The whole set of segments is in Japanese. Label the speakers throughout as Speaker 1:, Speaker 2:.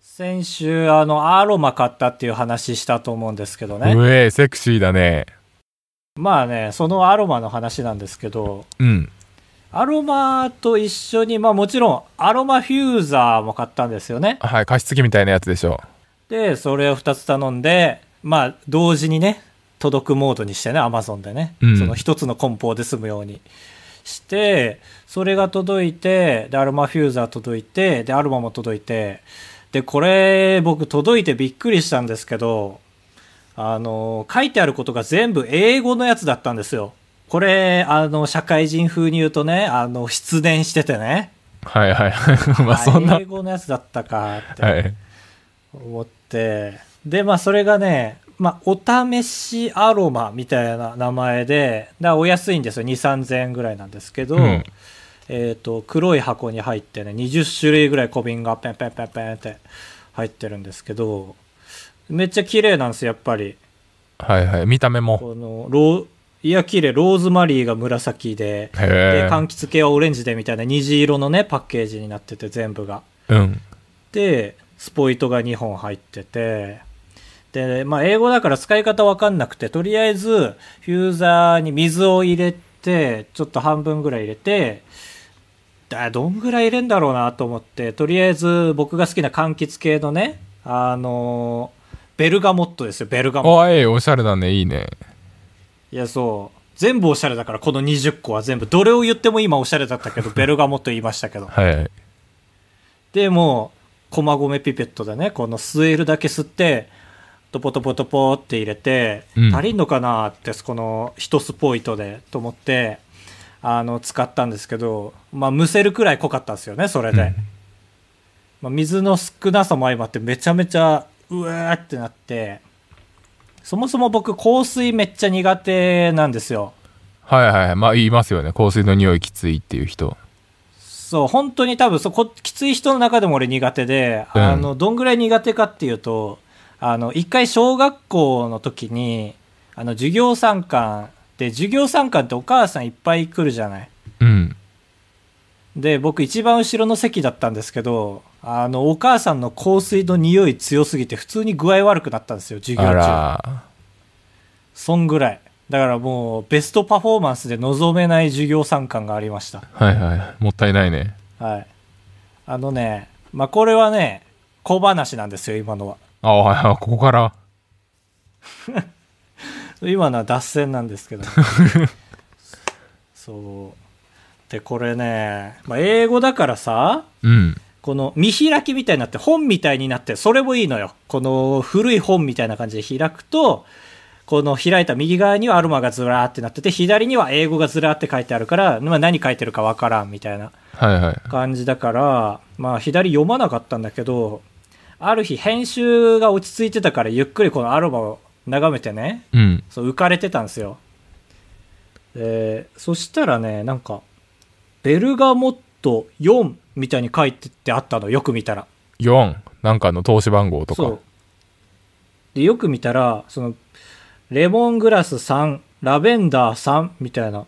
Speaker 1: 先週、あの、アロマ買ったっていう話したと思うんですけどね。
Speaker 2: うえ、セクシーだね。
Speaker 1: まあね、そのアロマの話なんですけど、
Speaker 2: うん。
Speaker 1: アロマと一緒に、まあもちろん、アロマフューザーも買ったんですよね。
Speaker 2: はい、加湿器みたいなやつでしょ。
Speaker 1: で、それを2つ頼んで、まあ、同時にね、届くモードにしてね、アマゾンでね、
Speaker 2: うん
Speaker 1: その1つの梱包で済むようにして、それが届いて、で、アロマフューザー届いて、で、アロマも届いて、で、これ、僕、届いてびっくりしたんですけど、あの、書いてあることが全部英語のやつだったんですよ。これ、あの、社会人風に言うとね、あの、失念しててね、
Speaker 2: はい はい。まあそんな。
Speaker 1: あ英語のやつだったかって。
Speaker 2: はい。
Speaker 1: 思ってでまあそれがね、まあ、お試しアロマみたいな名前でだからお安いんですよ2 3 0 0 0円ぐらいなんですけど、
Speaker 2: うん
Speaker 1: えー、と黒い箱に入ってね20種類ぐらい小瓶がペンペンペンペンって入ってるんですけどめっちゃ綺麗なんですよやっぱり
Speaker 2: はいはい。見た目も。
Speaker 1: このローいや綺麗ローズマリーが紫でで
Speaker 2: へ
Speaker 1: 柑橘系はオレンジでみたいな虹色のねパッケージになってて全部が
Speaker 2: え。うん。
Speaker 1: でスポイトが2本入っててで、まあ、英語だから使い方わかんなくてとりあえずフューザーに水を入れてちょっと半分ぐらい入れてだどんぐらい入れんだろうなと思ってとりあえず僕が好きな柑橘系のねあのベルガモットですよベルガモット
Speaker 2: おい、おしゃれだね。いいね。
Speaker 1: いやそう全部おしゃれだからこの20個は全部どれを言っても今おしゃれだったけどベルガモット言いましたけど
Speaker 2: はいはい。
Speaker 1: でもう駒込ピペットでねこの吸えるだけ吸ってトポトポトポって入れて、
Speaker 2: うん
Speaker 1: 足りんのかなってこの一スポイトでと思ってあの使ったんですけどまあむせるくらい濃かったんですよねそれで、
Speaker 2: うん
Speaker 1: まあ、水の少なさも相まってめちゃめちゃうわーってなってそもそも僕香水めっちゃ苦手なんですよ
Speaker 2: はいはい。まあ言いますよね。香水の匂いきついっていう人。
Speaker 1: そう、本当に多分そこ、きつい人の中でも俺苦手で、
Speaker 2: うん
Speaker 1: あの、どんぐらい苦手かっていうと、あの、一回小学校の時に、あの、授業参観で、授業参観ってお母さんいっぱい来るじゃない。
Speaker 2: うん。
Speaker 1: で、僕一番後ろの席だったんですけど、あの、お母さんの香水の匂い強すぎて、普通に具合悪くなったんですよ、授業
Speaker 2: あ
Speaker 1: 中。
Speaker 2: ら。
Speaker 1: そんぐらい。だからもう、ベストパフォーマンスで望めない授業参観がありました。
Speaker 2: はいはい。もったいないね。
Speaker 1: はい。あのね、まあ、これはね、小話なんですよ、今のは。
Speaker 2: ああ、はいはい。ここから。
Speaker 1: 今のは脱線なんですけど、そう。で、これね、まあ、英語だからさ、
Speaker 2: うん。
Speaker 1: この見開きみたいになって、本みたいになって、それもいいのよ。この古い本みたいな感じで開くと、この開いた右側にはアロマがずらーってなってて、左には英語がずらーって書いてあるから、まあ、何書いてるかわからんみたいな。
Speaker 2: はいはい。
Speaker 1: 感じだから、まあ、左読まなかったんだけどある日編集が落ち着いてたからゆっくりこのアロマを眺めてね
Speaker 2: うん。
Speaker 1: そう浮かれてたんですよでそしたらねなんか「ベルガモット4」みたいに書いてってあったのよく見たら
Speaker 2: 4。なんかの投資番号と
Speaker 1: そ
Speaker 2: か
Speaker 1: う。でよく見たらそのレモングラス3ラベンダー3みたいな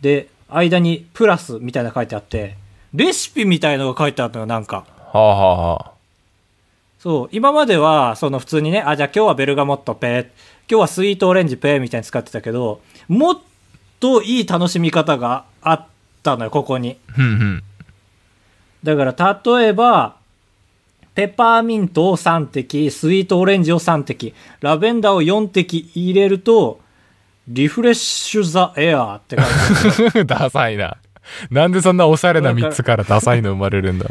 Speaker 1: で間に「プラス」みたいな書いてあってレシピみたいのが書いてあったのよなんか
Speaker 2: はあはあはあ。
Speaker 1: そう、今までは、その普通にね、あ、じゃあ今日はベルガモットペー、今日はスイートオレンジペーみたいに使ってたけど、もっといい楽しみ方があったのよ、ここに。
Speaker 2: うんうん。
Speaker 1: だから、例えば、ペパーミントを3滴、スイートオレンジを3滴、ラベンダーを4滴入れると、リフレッシュザエアーって感じ。
Speaker 2: ダサいな。なんでそんなおしゃれな3つからダサいの生まれるんだ。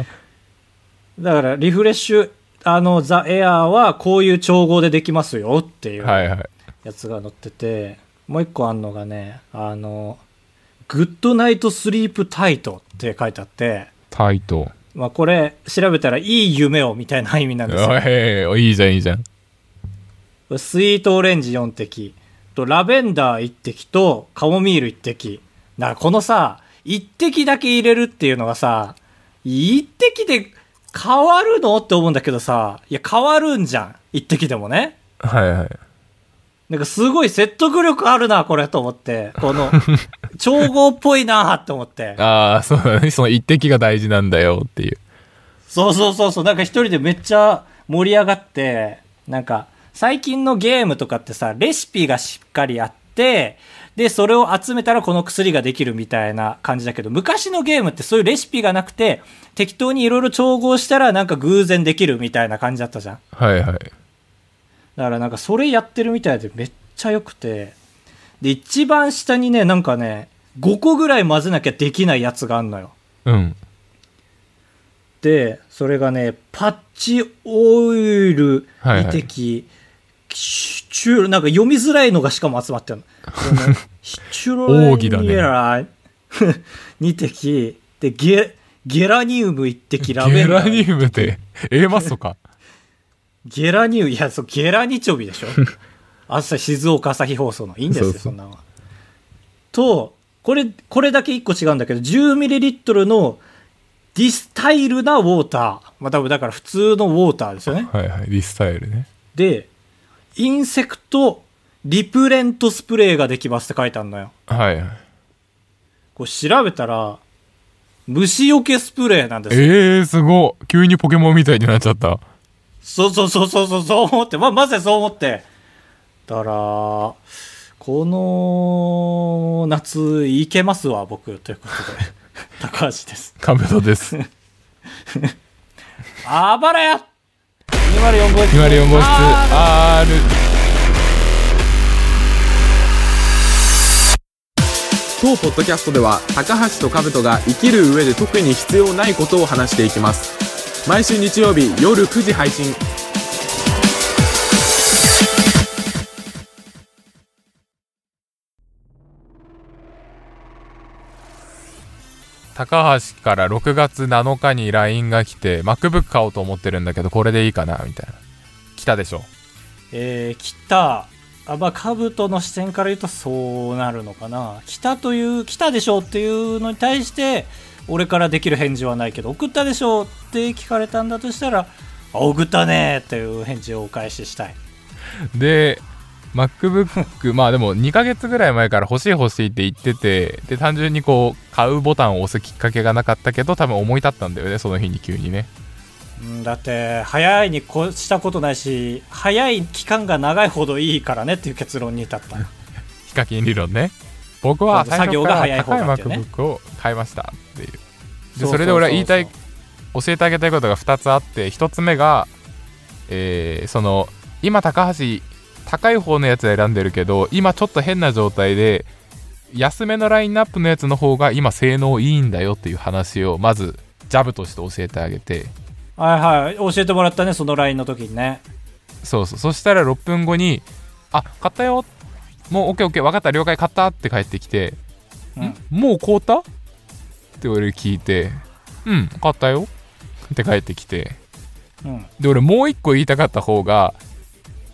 Speaker 1: だから、リフレッシュ、あの、ザエアーはこういう調合でできますよっていう。
Speaker 2: はいはい。
Speaker 1: やつが載っててもう一個あんのがねあの「グッドナイトスリープタイト」って書いてあって、
Speaker 2: タイト。
Speaker 1: まあ、これ調べたら「いい夢を」みたいな意味なんですよ
Speaker 2: おい、いいじゃんいいじゃん。
Speaker 1: スイートオレンジ4滴とラベンダー1滴とカモミール1滴だからこのさ1滴だけ入れるっていうのがさ1滴で変わるのって思うんだけどさいや変わるんじゃん1滴でもね
Speaker 2: はいはい。
Speaker 1: なんかすごい説得力あるな、これと思って。この、調合っぽいなって思って。
Speaker 2: ああ、 そうだね。その一滴が大事なんだよっていう。
Speaker 1: そうそうそうそう。なんか一人でめっちゃ盛り上がって、なんか、最近のゲームとかってさ、レシピがしっかりあって、で、それを集めたらこの薬ができるみたいな感じだけど、昔のゲームってそういうレシピがなくて、適当にいろいろ調合したらなんか偶然できるみたいな感じだったじゃん。
Speaker 2: はいはい。
Speaker 1: だからなんかそれやってるみたいでめっちゃ良くて。で、一番下にね、なんかね、5個ぐらい混ぜなきゃできないやつがあんのよ。
Speaker 2: うん。
Speaker 1: で、それがね、パッチオイル、
Speaker 2: はいはい
Speaker 1: 美的、シチュール、なんか読みづらいのがしかも集まってるの。そのシチュロ
Speaker 2: 奥義だね
Speaker 1: エラ、2滴、で、ゲ、ゲラニウム1滴、ラベ
Speaker 2: ゲ
Speaker 1: ンダ
Speaker 2: ラ
Speaker 1: ー
Speaker 2: ニウ ムって、A マッソか。
Speaker 1: ゲラニウ、いや、そう、ゲラニチョビで しょ朝、静岡朝日放送の。いいんですよ、
Speaker 2: そ
Speaker 1: そう
Speaker 2: そうん
Speaker 1: なのは。と、これ、これだけ一個違うんだけど、10ml のディスタイルなウォーター。まあ、多分だから普通のウォーターですよね。
Speaker 2: はいはい。リスタイルね。
Speaker 1: で、インセクトリプレントスプレーができますって書いてあるのよ。
Speaker 2: はいはい。
Speaker 1: こう調べたら、虫除けスプレーなんですよ。
Speaker 2: えー、すごい。急にポケモンみたいになっちゃった。
Speaker 1: そうそうそうそうそう、そう思って、ま、まさにそう思って。だから、この夏、いけますわ、僕、ということで。 高橋です。
Speaker 2: 亀戸です。
Speaker 1: あばらや !204 号室。
Speaker 2: 204号室
Speaker 1: あ
Speaker 2: R。
Speaker 3: 当ポッドキャストでは高橋と兜が生きる上で特に必要ないことを話していきます毎週日曜日夜9時配信
Speaker 2: 高橋から6月7日に LINE が来て MacBook 買おうと思ってるんだけどこれでいいかなみたいな来たでしょ
Speaker 1: えー、来た。あ、まあ、かぶとの視点から言うとそうなるのかな。来たという、来たでしょうっていうのに対して、俺からできる返事はないけど、送ったでしょうって聞かれたんだとしたら、あ、送ったねーっていう返事をお返ししたい。
Speaker 2: で MacBook まあでも2ヶ月ぐらい前から欲しい欲しいって言っててで単純にこう買うボタンを押すきっかけがなかったけど多分思い立ったんだよねその日に急にね
Speaker 1: うんだって早いにこしたことないし早い期間が長いほどいいからねっていう結論に至った
Speaker 2: ヒカキン理論ね僕は
Speaker 1: そうそう
Speaker 2: 最初から
Speaker 1: 作業が早い
Speaker 2: 高
Speaker 1: 方
Speaker 2: い
Speaker 1: だってね
Speaker 2: MacBook を買いましたっていうで
Speaker 1: うううう
Speaker 2: それで俺は言いたい教えてあげたいことが2つあって1つ目が、えーその今高橋高い方のやつ選んでるけど今ちょっと変な状態で安めのラインナップのやつの方が今性能いいんだよっていう話をまずジャブとして教えてあげて
Speaker 1: はいはい教えてもらったねその LINE の時にね
Speaker 2: そうそうそしたら6分後に「あ買ったよもう OKOK 分かった了解買った」って帰ってきて「
Speaker 1: うん
Speaker 2: んもう買うた?」って俺聞いて「うん買ったよ」って帰ってきて
Speaker 1: うん
Speaker 2: で俺もう一個言いたかった方が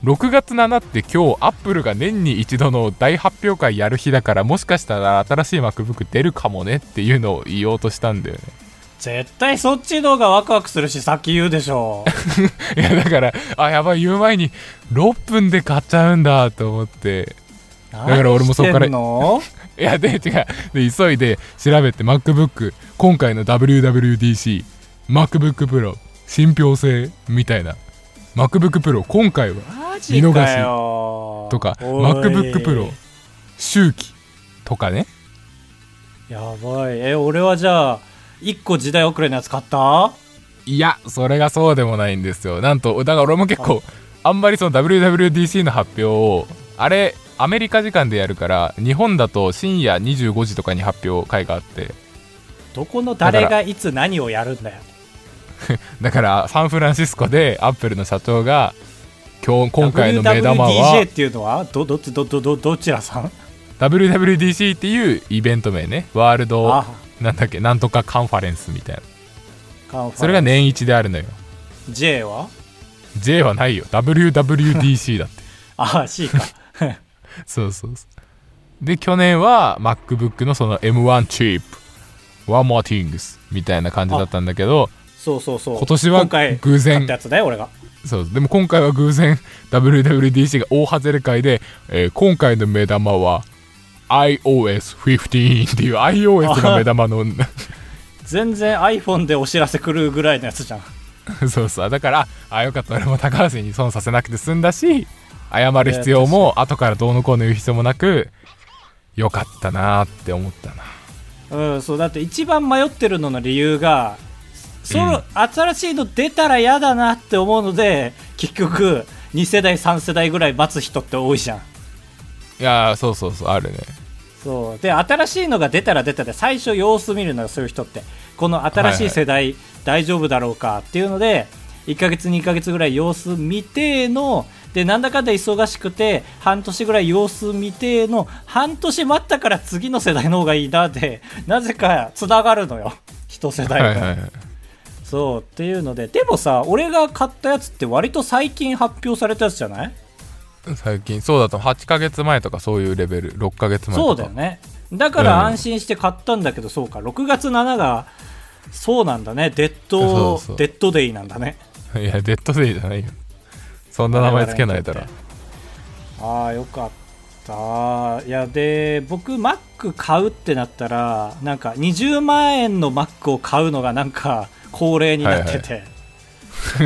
Speaker 2: 6月7って今日アップルが年に一度の大発表会やる日だからもしかしたら新しい MacBook 出るかもねっていうのを言おうとしたんだよね
Speaker 1: 絶対そっちの方がワクワクするし先言うでしょ
Speaker 2: いやだからあやばい言う前に6分で買っちゃうんだと思って
Speaker 1: だ
Speaker 2: から俺もそっから
Speaker 1: の
Speaker 2: いやで違うで急いで調べて MacBook 今回の WWDCMacBookPro 信憑性みたいな MacBookPro 今回は
Speaker 1: マジ かよ
Speaker 2: とか
Speaker 1: おい
Speaker 2: MacBookPro 周期とかね
Speaker 1: やばいえ俺はじゃあ1個時代遅れのやつ買った
Speaker 2: いやそれがそうでもないんですよなんとだから俺も結構あんまりその WWDC の発表をあれアメリカ時間でやるから日本だと深夜25時とかに発表会があって
Speaker 1: どこの誰がいつ何をやるんだよ
Speaker 2: だからサンフランシスコでアップルの社長が今日今回の目玉
Speaker 1: WWDJ
Speaker 2: は
Speaker 1: っていうのはどどっちどどどどちらさん
Speaker 2: WWDC っていうイベント名ねワールド
Speaker 1: あ
Speaker 2: なんだっけなんとかカンファレンスみたいな
Speaker 1: カンファレンス
Speaker 2: それが年一であるのよ
Speaker 1: J は
Speaker 2: J はないよ WWDC だって
Speaker 1: ああ C か
Speaker 2: そうそうそう。で、去年は MacBook のその M1 チップ、One More Things みたいな感じだったんだけど、
Speaker 1: そうそうそう
Speaker 2: 今年は
Speaker 1: 今回
Speaker 2: 偶然
Speaker 1: 買ったやつだよ俺が
Speaker 2: そう、でも今回は偶然 WWDC が大外れ会で、えー今回の目玉は iOS15 っていう iOS が目玉の、
Speaker 1: 全然 iPhone でお知らせ来るぐらいのやつじゃん
Speaker 2: そうそうだからあよかった俺も高橋に損させなくて済んだし謝る必要も後からどうのこうの言う必要もなくよかったなーって思ったな
Speaker 1: うん、そうだって一番迷ってるのの理由がその、
Speaker 2: うん
Speaker 1: 新しいの出たら嫌だなって思うので結局2世代3世代ぐらい待つ人って多いじゃん
Speaker 2: いやーそうそうそうあるね
Speaker 1: そうで新しいのが出たら出たで最初様子見るのよそういう人ってこの新しい世代大丈夫だろうかっていうので1ヶ月2ヶ月ぐらい様子見てのでなんだかんだ忙しくて半年ぐらい様子見ての半年待ったから次の世代の方がいいなって なぜかつながるのよ一世
Speaker 2: は
Speaker 1: 代
Speaker 2: い
Speaker 1: が、
Speaker 2: はいはい
Speaker 1: そうっていうのででもさ俺が買ったやつって割と最近発表されたやつじゃない
Speaker 2: 最近そうだと8ヶ月前とかそういうレベル6ヶ月前とか
Speaker 1: そうだよねだから安心して買ったんだけど、そうか6月7がそうなんだねデッド
Speaker 2: そうそう
Speaker 1: デッドデイなんだね
Speaker 2: いやデッドデイじゃないよそんな名前つけないだら
Speaker 1: ああよかったいやで僕 Mac 買うってなったらなんか20万円の Mac を買うのがなんか恒例になってて、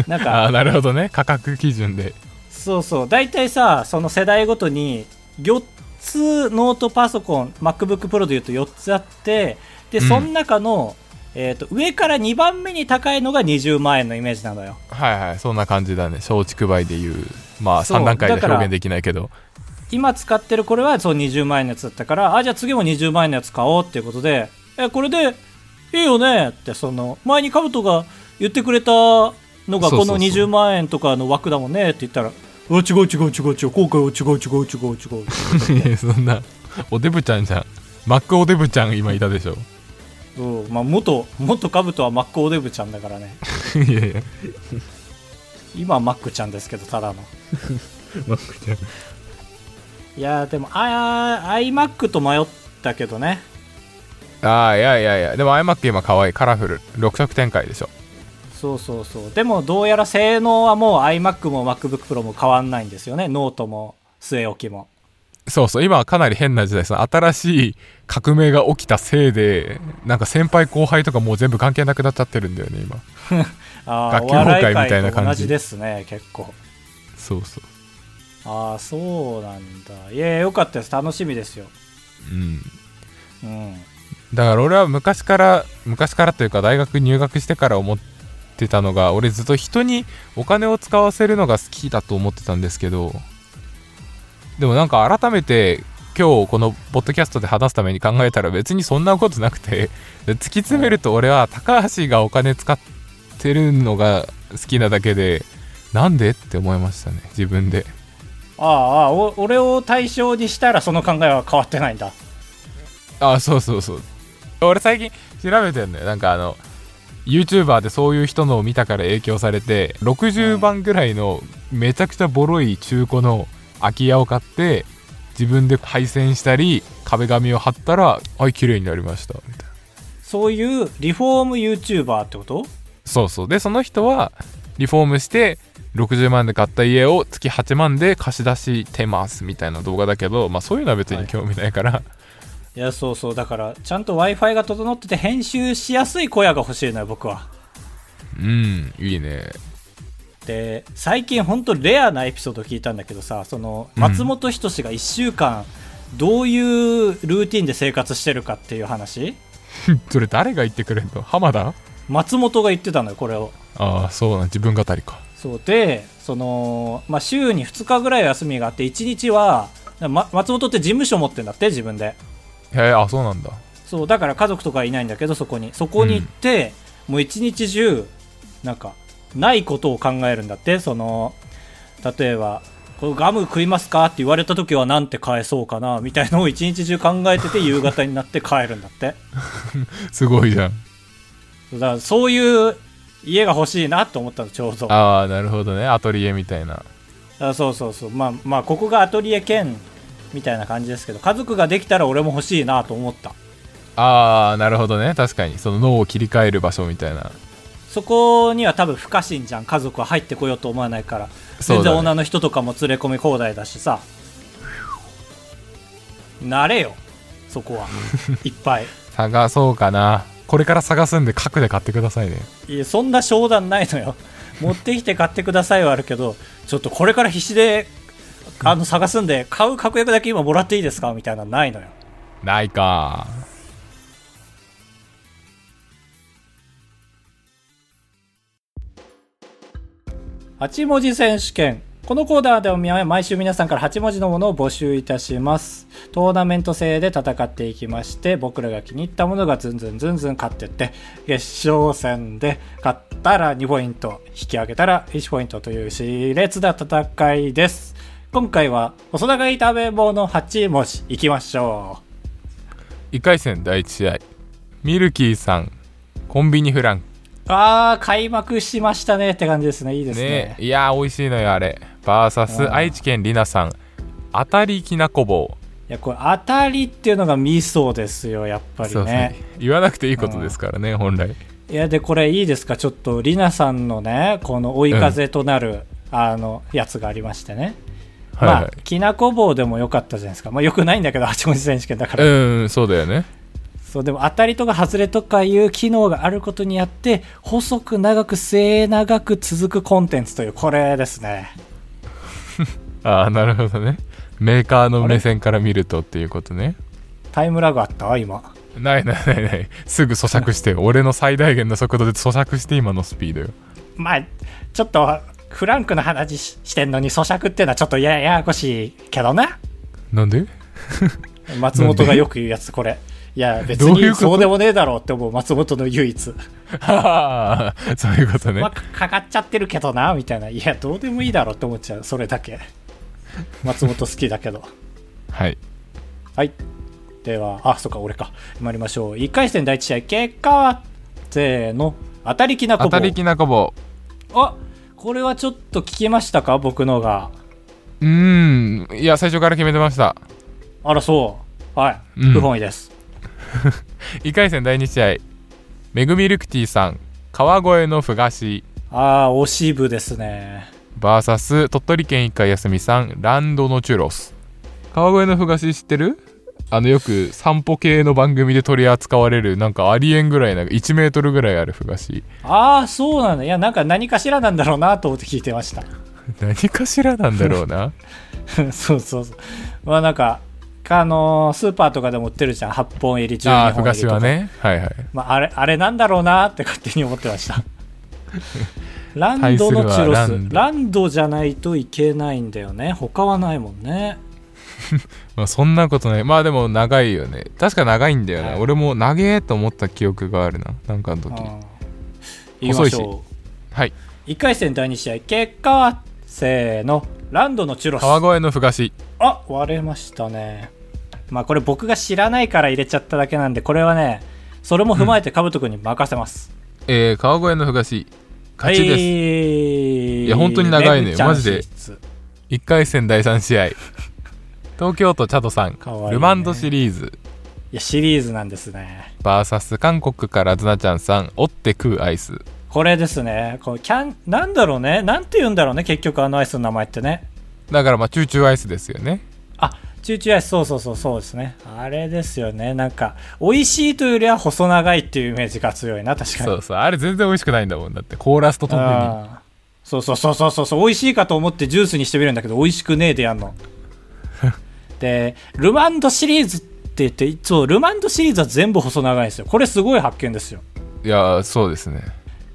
Speaker 1: なんか
Speaker 2: ああーなるほどね価格基準で
Speaker 1: そうそう大体さその世代ごとに4つノートパソコン MacBookPro でいうと4つあってで
Speaker 2: うん
Speaker 1: その中の、えー、と上から2番目に高いのが20万円のイメージなのよ
Speaker 2: はいはいそんな感じだね松竹梅でいうまあ
Speaker 1: そう
Speaker 2: 3段階
Speaker 1: だ
Speaker 2: で
Speaker 1: から
Speaker 2: 表現できないけど
Speaker 1: 今使ってるこれはそう20万円のやつだったからあじゃあ次も20万円のやつ買おうっていうことでえこれでいいよねってその前にカブトが言ってくれたのが
Speaker 2: そうそう
Speaker 1: こ
Speaker 2: そ
Speaker 1: の
Speaker 2: う
Speaker 1: 20万円とかの枠だもんねって言ったら「うわ違う違う違う違う今回は違う違う違う違う」
Speaker 2: い やそんなおデブちゃんじゃんマックおデブちゃん今いたでしょ
Speaker 1: うんまあ、元元カブトはマックオデブちゃんだからね
Speaker 2: いやいや
Speaker 1: 今はマックちゃんですけどただの
Speaker 2: マックちゃん
Speaker 1: いやーでもああ iMac と迷ったけどね
Speaker 2: ああいやいやいやでも iMac 今可愛いカラフル6色展開でしょ
Speaker 1: そうそうそうでもどうやら性能はもう iMac も MacBookPro も変わんないんですよねノートも据え置きも
Speaker 2: そうそう今はかなり変な時代さ新しい革命が起きたせいでなんか先輩後輩とかもう全部関係なくなっちゃってるんだよね今
Speaker 1: あー
Speaker 2: 学級崩壊
Speaker 1: お笑界
Speaker 2: みたいな感じ
Speaker 1: と同じですね結構
Speaker 2: そうそう
Speaker 1: ああそうなんだいやよかったです楽しみですよ
Speaker 2: うん
Speaker 1: うん
Speaker 2: だから俺は昔から昔からというか大学入学してから思ってたのが俺ずっと人にお金を使わせるのが好きだと思ってたんですけどでもなんか改めて今日このポッドキャストで話すために考えたら別にそんなことなくてで突き詰めると俺は高橋がお金使ってるのが好きなだけでなんでって思いましたね自分で
Speaker 1: ああああお俺を対象にしたらその考えは変わってないんだ
Speaker 2: あそうそうそう俺最近調べてんのよなんかあの YouTuber でそういう人のを見たから影響されて60番ぐらいのめちゃくちゃボロい中古の空き家を買って自分で配線したり壁紙を貼ったらはい綺麗になりましたみたいな
Speaker 1: そういうリフォーム YouTuber ってこと
Speaker 2: そうそうでその人はリフォームして60万で買った家を月8万で貸し出してますみたいな動画だけど、まあ、そういうのは別に興味ないから、
Speaker 1: いやそうそうだからちゃんと w i f i が整ってて編集しやすい小屋が欲しいのよ僕は
Speaker 2: うんいいね
Speaker 1: で最近ほんとレアなエピソード聞いたんだけどさその
Speaker 2: うん
Speaker 1: 松本人志が1週間どういうルーティンで生活してるかっていう話
Speaker 2: それ誰が言ってくれんの浜田
Speaker 1: 松本が言ってたのよこれを
Speaker 2: ああそうなん自分語りか
Speaker 1: そうでその、まあ、週に2日ぐらい休みがあって1日は、ま松本って事務所持ってんだって自分で
Speaker 2: へえあそうなんだ
Speaker 1: そうだから家族とかいないんだけどそこにそこに行って、もう一日中なんかないことを考えるんだってその例えば「これガム食いますか?」って言われた時はなんて返そうかなみたいのを一日中考えて て夕方になって帰るんだって
Speaker 2: すごいじゃん
Speaker 1: そうだからそういう家が欲しいなと思ったのちょうどだか
Speaker 2: ああなるほどねアトリエみたいな
Speaker 1: らそうそうそうまあまあここがアトリエ兼みたいな感じですけど家族ができたら俺も欲しいなと思った
Speaker 2: ああなるほどね確かにその脳を切り替える場所みたいな
Speaker 1: そこには多分不可侵じゃん家族は入ってこようと思わないから、
Speaker 2: そ
Speaker 1: 全
Speaker 2: うだね
Speaker 1: 然女の人とかも連れ込み放題だしさ なれよそこはいっぱい
Speaker 2: 探そうかなこれから探すんで核で買ってくださいね
Speaker 1: いやそんな商談ないのよ持ってきて買ってくださいはあるけどちょっとこれから必死であの探すんで買う確約だけ今もらっていいですかみたいなのないのよ
Speaker 2: ないか
Speaker 1: 8文字選手権このコーナーでは毎週皆さんから8文字のものを募集いたしますトーナメント制で戦っていきまして僕らが気に入ったものがずんずんずんずん勝ってって決勝戦で勝ったら2ポイント引き上げたら1ポイントという熾烈な戦いです今回は細長い食べ物8文字いきましょ
Speaker 2: 1回戦第1試合ミルキーさんコンビニフランク
Speaker 1: うあー開幕しましたねって感じですねいいですね
Speaker 2: ねいやー美味しいのよあれ VS 愛知県りなさん当たりきなこ棒
Speaker 1: いやこれ当たりっていうのがミソですよやっぱり
Speaker 2: そうです
Speaker 1: ね
Speaker 2: ね言わなくていいことですからね本来
Speaker 1: いやでこれいいですかちょっとリナさんのねこの追い風となる、あのやつがありましてね、
Speaker 2: はいはい、
Speaker 1: まあきなこ棒でも良かったじゃないですかまあよくないんだけど八王子選手権だから、
Speaker 2: うんそうだよね
Speaker 1: そうでも当たりとか外れとかいう機能があることによって細く長く末長く続くコンテンツというこれですね
Speaker 2: ああなるほどねメーカーの目線から見るとっていうことね
Speaker 1: タイムラグあった今
Speaker 2: ないないないないすぐ咀嚼してよ俺の最大限の速度で咀嚼して今のスピードよ
Speaker 1: まあちょっとフランクな話ししてんのに咀嚼っていうのはちょっとやややこしいけどな
Speaker 2: なんで
Speaker 1: 松本がよく言うやつこれいや別
Speaker 2: どうい
Speaker 1: に
Speaker 2: うこと
Speaker 1: そうでもねえだろうって思う松本の唯一、
Speaker 2: はあそういうことね
Speaker 1: まあ、かかかっちゃってるけどなみたいないやどうでもいいだろうって思っちゃうそれだけ松本好きだけど
Speaker 2: はい
Speaker 1: はいではあそっか俺か参りましょう1回戦第1試合結果はせーの当たりきなこぼ
Speaker 2: 当たりきなこ棒
Speaker 1: あこれはちょっと聞きましたか僕のが
Speaker 2: うーんいや最初から決めてました
Speaker 1: あらそうはい、
Speaker 2: うん
Speaker 1: 不本意です
Speaker 2: 1回戦第2試合めぐみルクティさん川越のふがし
Speaker 1: ああ惜しい部ですね
Speaker 2: VS 鳥取県一回休みさんランドのチュロス川越のふがし知ってるあのよく散歩系の番組で取り扱われるなんかありえんぐらいなんか1メートルぐらいあるふがし
Speaker 1: ああそうなんだいやなんか何かしらなんだろうなと思って聞いてました
Speaker 2: 何かしらなんだろうな
Speaker 1: そうそうそう。まあなんか、あのースーパーとかでも売ってるじゃん。8本入り、12
Speaker 2: あ
Speaker 1: 本
Speaker 2: あふ
Speaker 1: 入
Speaker 2: が
Speaker 1: り
Speaker 2: し
Speaker 1: とか。
Speaker 2: は。ねはいはい
Speaker 1: まああれ、あれなんだろうなって勝手に思ってま した。ラン
Speaker 2: 対す
Speaker 1: ド
Speaker 2: る
Speaker 1: の
Speaker 2: は
Speaker 1: チュロ
Speaker 2: ラ
Speaker 1: ス
Speaker 2: ンド
Speaker 1: ランドじゃないといけないんだよね。他はないもんね。
Speaker 2: まあそんなことないまあでも長いよね確か長いんだよね、
Speaker 1: はい
Speaker 2: 俺も長えと思った記憶があるななんかの時に
Speaker 1: うん言いまし
Speaker 2: 細
Speaker 1: ょ。
Speaker 2: はいう
Speaker 1: 1回戦第2試合、結果は、せーの、ランドのチュロス。
Speaker 2: 川越のふがし
Speaker 1: あ割れましたねまあこれ僕が知らないから入れちゃっただけなんでこれはねそれも踏まえてカブト君に任せます、
Speaker 2: えー、川越のふがし勝ちです、
Speaker 1: い
Speaker 2: いや本当に長いねマジで
Speaker 1: で
Speaker 2: 1回戦第3試合東京都チャドさん、
Speaker 1: かわいいね
Speaker 2: ルマンドシリーズ
Speaker 1: いやシリーズなんですね
Speaker 2: VS 韓国からズナちゃんさん折って食うアイス
Speaker 1: これですねこうキャンなんだろうねなんて言うんだろうね結局あのアイスの名前ってね
Speaker 2: だからまあチューチューアイスですよね
Speaker 1: あチューチューアイスそうそうそうそうですねあれですよねなんか美味しいというよりは細長いっていうイメージが強いな確かに
Speaker 2: そうそうあれ全然美味しくないんだもんだってコーラスと特に
Speaker 1: あーそうそうそうそうそうそう美味しいかと思ってジュースにしてみるんだけど美味しくねえでやん のでルマンドシリーズって言っていつもルマンドシリーズは全部細長いんですよこれすごい発見ですよ
Speaker 2: いやーそうですね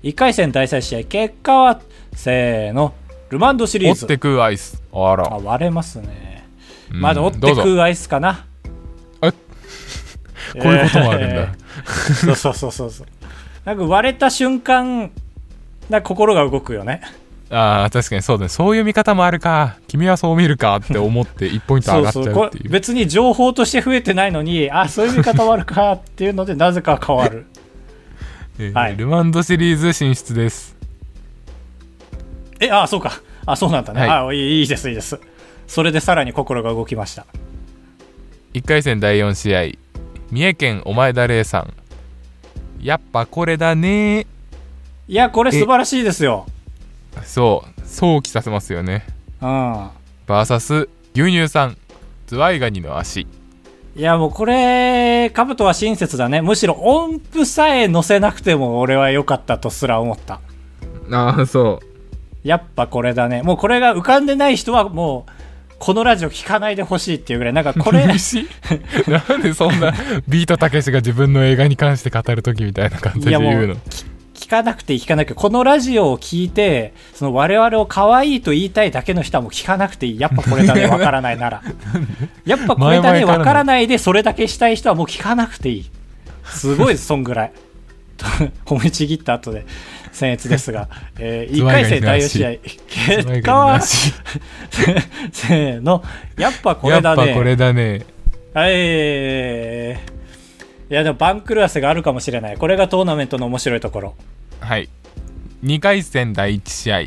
Speaker 1: 1回戦第3試合結果はせーのルマンドシリー
Speaker 2: 折って
Speaker 1: ズ
Speaker 2: 食うアイスあら
Speaker 1: あ割れますね
Speaker 2: うん
Speaker 1: まだ折って
Speaker 2: どうぞ
Speaker 1: 食うアイスかな
Speaker 2: え こういうこともあるんだ、
Speaker 1: えーそうそうそうそうそうなんか割れた瞬間なんか心が動くよね
Speaker 2: ああ確かにそうだねそういう見方もあるか君はそう見るかって思って1ポイント
Speaker 1: そ
Speaker 2: 上
Speaker 1: う
Speaker 2: がっちゃ
Speaker 1: そうう
Speaker 2: っていう
Speaker 1: これ別に情報として増えてないのにあそういう見方もあるかっていうのでなぜか変わる
Speaker 2: えー
Speaker 1: はい
Speaker 2: ルマンドシリーズ進出です
Speaker 1: えあそうかあそうなんだね、
Speaker 2: はい
Speaker 1: あいいいいですいいですそれでさらに心が動きました
Speaker 2: 1回戦第4試合三重県お前だれさんやっぱこれだね
Speaker 1: いやこれ素晴らしいですよ
Speaker 2: そう想起させますよね
Speaker 1: うん
Speaker 2: VS 牛乳さんズワイガニの足
Speaker 1: いやもうこれ、カブトは親切だね。むしろ音符さえ載せなくても俺は良かったとすら思った。
Speaker 2: ああそ
Speaker 1: やっぱこれだね。もうこれが浮かんでない人はもう、このラジオ聞かないでほしいっていうぐらい、なんかこ
Speaker 2: う
Speaker 1: れ、
Speaker 2: しなんでそんなビートたけしが自分の映画に関して語る時みたいな感じで
Speaker 1: いやも
Speaker 2: 言う
Speaker 1: う
Speaker 2: の
Speaker 1: き聞かなくていい聞かなくていいこのラジオを聞いてその我々を可愛いと言いたいだけの人はもう聞かなくていいやっぱこれだねわからないな らやっぱこれだ
Speaker 2: 前
Speaker 1: ね
Speaker 2: 々からの
Speaker 1: わからないでそれだけしたい人はもう聞かなくていいすごいですそんぐらい と褒めちぎった後で僭越ですが、え1回戦第4試合結果はせーのやっぱこ
Speaker 2: や
Speaker 1: れ
Speaker 2: っぱ
Speaker 1: だね
Speaker 2: これだね
Speaker 1: はいいやでも番狂わせがあるかもしれないこれがトーナメントの面白いところ
Speaker 2: はい2回戦第1試合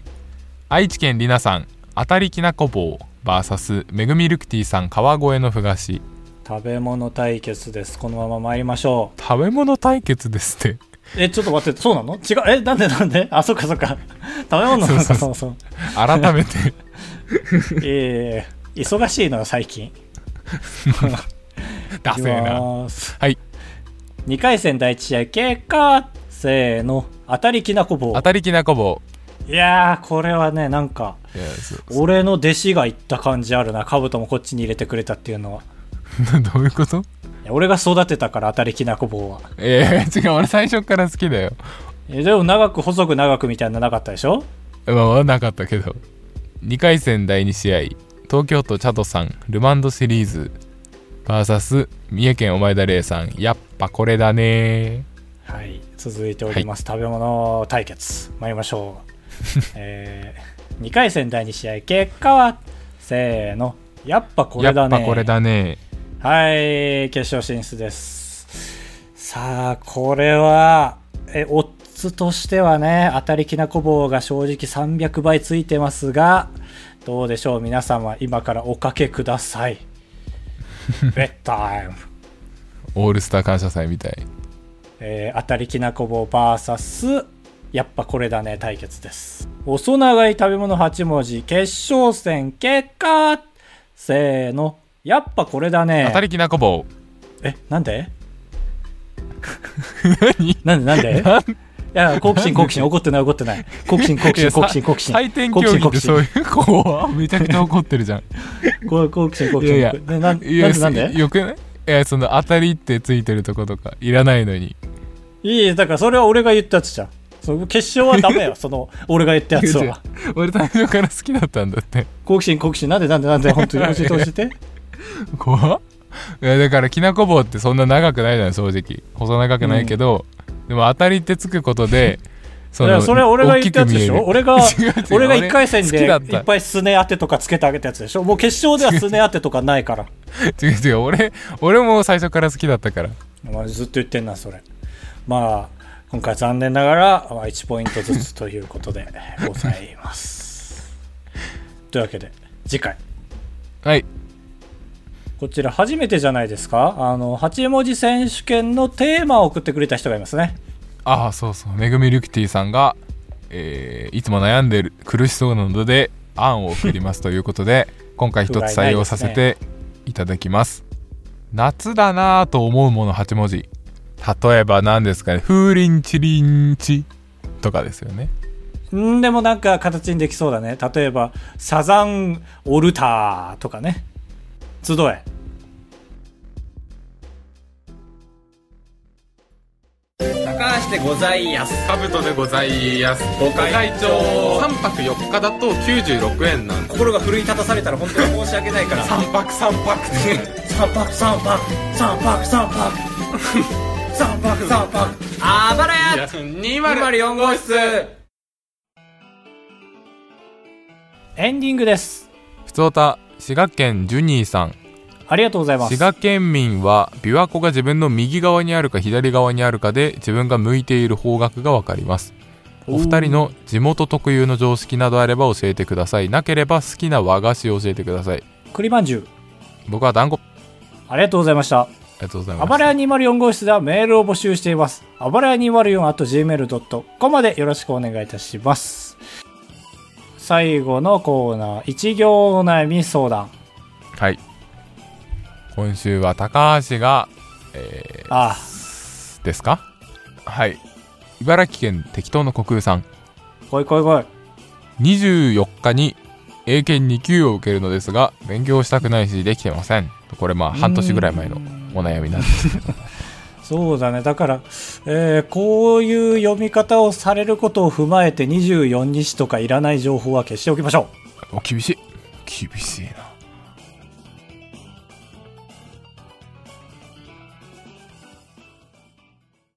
Speaker 2: 愛知県りなさん当たりきなこ棒 VS めぐみルクティさん川越のふがし
Speaker 1: 食べ物対決ですこのまま参りましょ
Speaker 2: 食べ物対決で すって
Speaker 1: うえちょっと待ってそうなの違うえなんでなんであそっかそっか食べ物なの
Speaker 2: そ
Speaker 1: か
Speaker 2: う
Speaker 1: そ
Speaker 2: そ
Speaker 1: もそも
Speaker 2: 改めて
Speaker 1: ええ忙しいのよ最近
Speaker 2: ダ
Speaker 1: いき
Speaker 2: セえな
Speaker 1: ます
Speaker 2: はい
Speaker 1: 2回戦第1試合結果せーの当たりきなこ棒
Speaker 2: 当たりきなこ棒
Speaker 1: いやーこれはねなんか
Speaker 2: いやそう
Speaker 1: 俺の弟子が言った感じあるなカブトもこっちに入れてくれたっていうのは
Speaker 2: どういうこと
Speaker 1: いや俺が育てたから当たりきなこ棒は
Speaker 2: えー、違う俺最初から好きだよ
Speaker 1: えでも長く細く長くみたいなのなかったでしょ
Speaker 2: まあなかったけど2回戦第2試合東京都チャドさんルマンドシリーズ VS 三重県お前田玲さんやっぱこれだね
Speaker 1: はい、続いております、食べ物対決参りましょう、 え2回戦第2試合結果はせーのやっぱこれだね
Speaker 2: やっぱこれだね
Speaker 1: はい決勝進出ですさあこれはえオッズとしてはね当たりきなこ棒が正直300倍ついてますがどうでしょう皆様今からおかけくださ いベッタイム
Speaker 2: オールスター感謝祭みたい
Speaker 1: えー、当たりきなこ棒 VS やっぱこれだね対決です細長い食べ物8文字決勝戦結果せーのやっぱこれだね
Speaker 2: 当たりきなこ棒
Speaker 1: えなんでなんでなんでい
Speaker 2: なん
Speaker 1: や好奇心好奇心怒ってない怒ってない好奇心好奇心好奇心好奇心
Speaker 2: 採点競技ってそういう子はめちゃくちゃ怒ってるじゃん
Speaker 1: 好奇心好奇
Speaker 2: いや
Speaker 1: 心
Speaker 2: いや
Speaker 1: 好奇心でなん
Speaker 2: いや
Speaker 1: なんでなんで
Speaker 2: よくないいやその当たりってついてるとことかいらないのに
Speaker 1: いいだからそれは俺が言ったやつじゃんその決勝はダ メよその俺が言ったやつ
Speaker 2: い
Speaker 1: は
Speaker 2: や 俺最初から好きだったんだって
Speaker 1: 好奇心好奇心なんでなんでなんで本当に教えて教え て
Speaker 2: 怖っいやだからきなこ棒ってそんな長くないじゃん正直細長くないけど、でも当たりってつくこと でそ
Speaker 1: いやそれは俺が言ったやつでしょ俺が
Speaker 2: 違う違う
Speaker 1: 俺が1回戦で
Speaker 2: 好きだ
Speaker 1: いっ
Speaker 2: っ
Speaker 1: ぱいすね当てとかつけてあげたやつでしょもう決勝ではすね当てとかないから
Speaker 2: た違う違う俺俺も最初から好きだったから
Speaker 1: お前ずっと言ってんなそれまあ今回残念ながらまあ1ポイントずつということでございますというわけで次回
Speaker 2: はい
Speaker 1: こちら初めてじゃないですかあの8文字選手権のテーマを送ってくれた人がいますね
Speaker 2: ああそうそうめぐみルクティさんが、えーいつも悩んでる苦しそうなので案を送りますということ で今回一つ採用させていただきます夏だなぁと思うもの8文字例えば何ですかね風鈴チリンチとかですよね
Speaker 1: んでもなんか形にできそうだね例えばサザンオルターとかね集え
Speaker 3: 高橋でございやす
Speaker 2: カブトでございやすご
Speaker 3: 会長
Speaker 2: 3泊4日だと96円なんで
Speaker 3: 心が奮い立たされたら本当に申し訳ないから
Speaker 2: 3泊3泊
Speaker 1: 三泊三泊三泊三泊三泊三泊
Speaker 3: あばらや
Speaker 2: 204号室
Speaker 1: エンディングです
Speaker 2: ふつおた滋賀県ジュニーさん
Speaker 1: ありがとうございます
Speaker 2: 滋賀県民は琵琶湖が自分の右側にあるか左側にあるかで自分が向いている方角がわかりますお二人の地元特有の常識などあれば教えてくださいなければ好きな和菓子を教えてください
Speaker 1: 栗まんじゅう
Speaker 2: 僕は団子あ
Speaker 1: ありがとうございました
Speaker 2: りがとうござい
Speaker 1: あ
Speaker 2: ます
Speaker 1: ばらや204号室ではメールを募集していますあばらや 204.gmail.com までよろしくお願いいたします最後のコーナー一行お悩み相談
Speaker 2: はい今週は高橋が、え
Speaker 1: あ
Speaker 2: ーですかはい茨城県適当の国有さん
Speaker 1: 来い来い来い。
Speaker 2: 24日に英検2級を受けるのですが勉強したくないしできてませんこれまあ半年ぐらい前のお悩みなんです
Speaker 1: そうだね。だから、えーこういう読み方をされることを踏まえて24日とかいらない情報は消しておきましょう。
Speaker 2: お厳しい厳しいな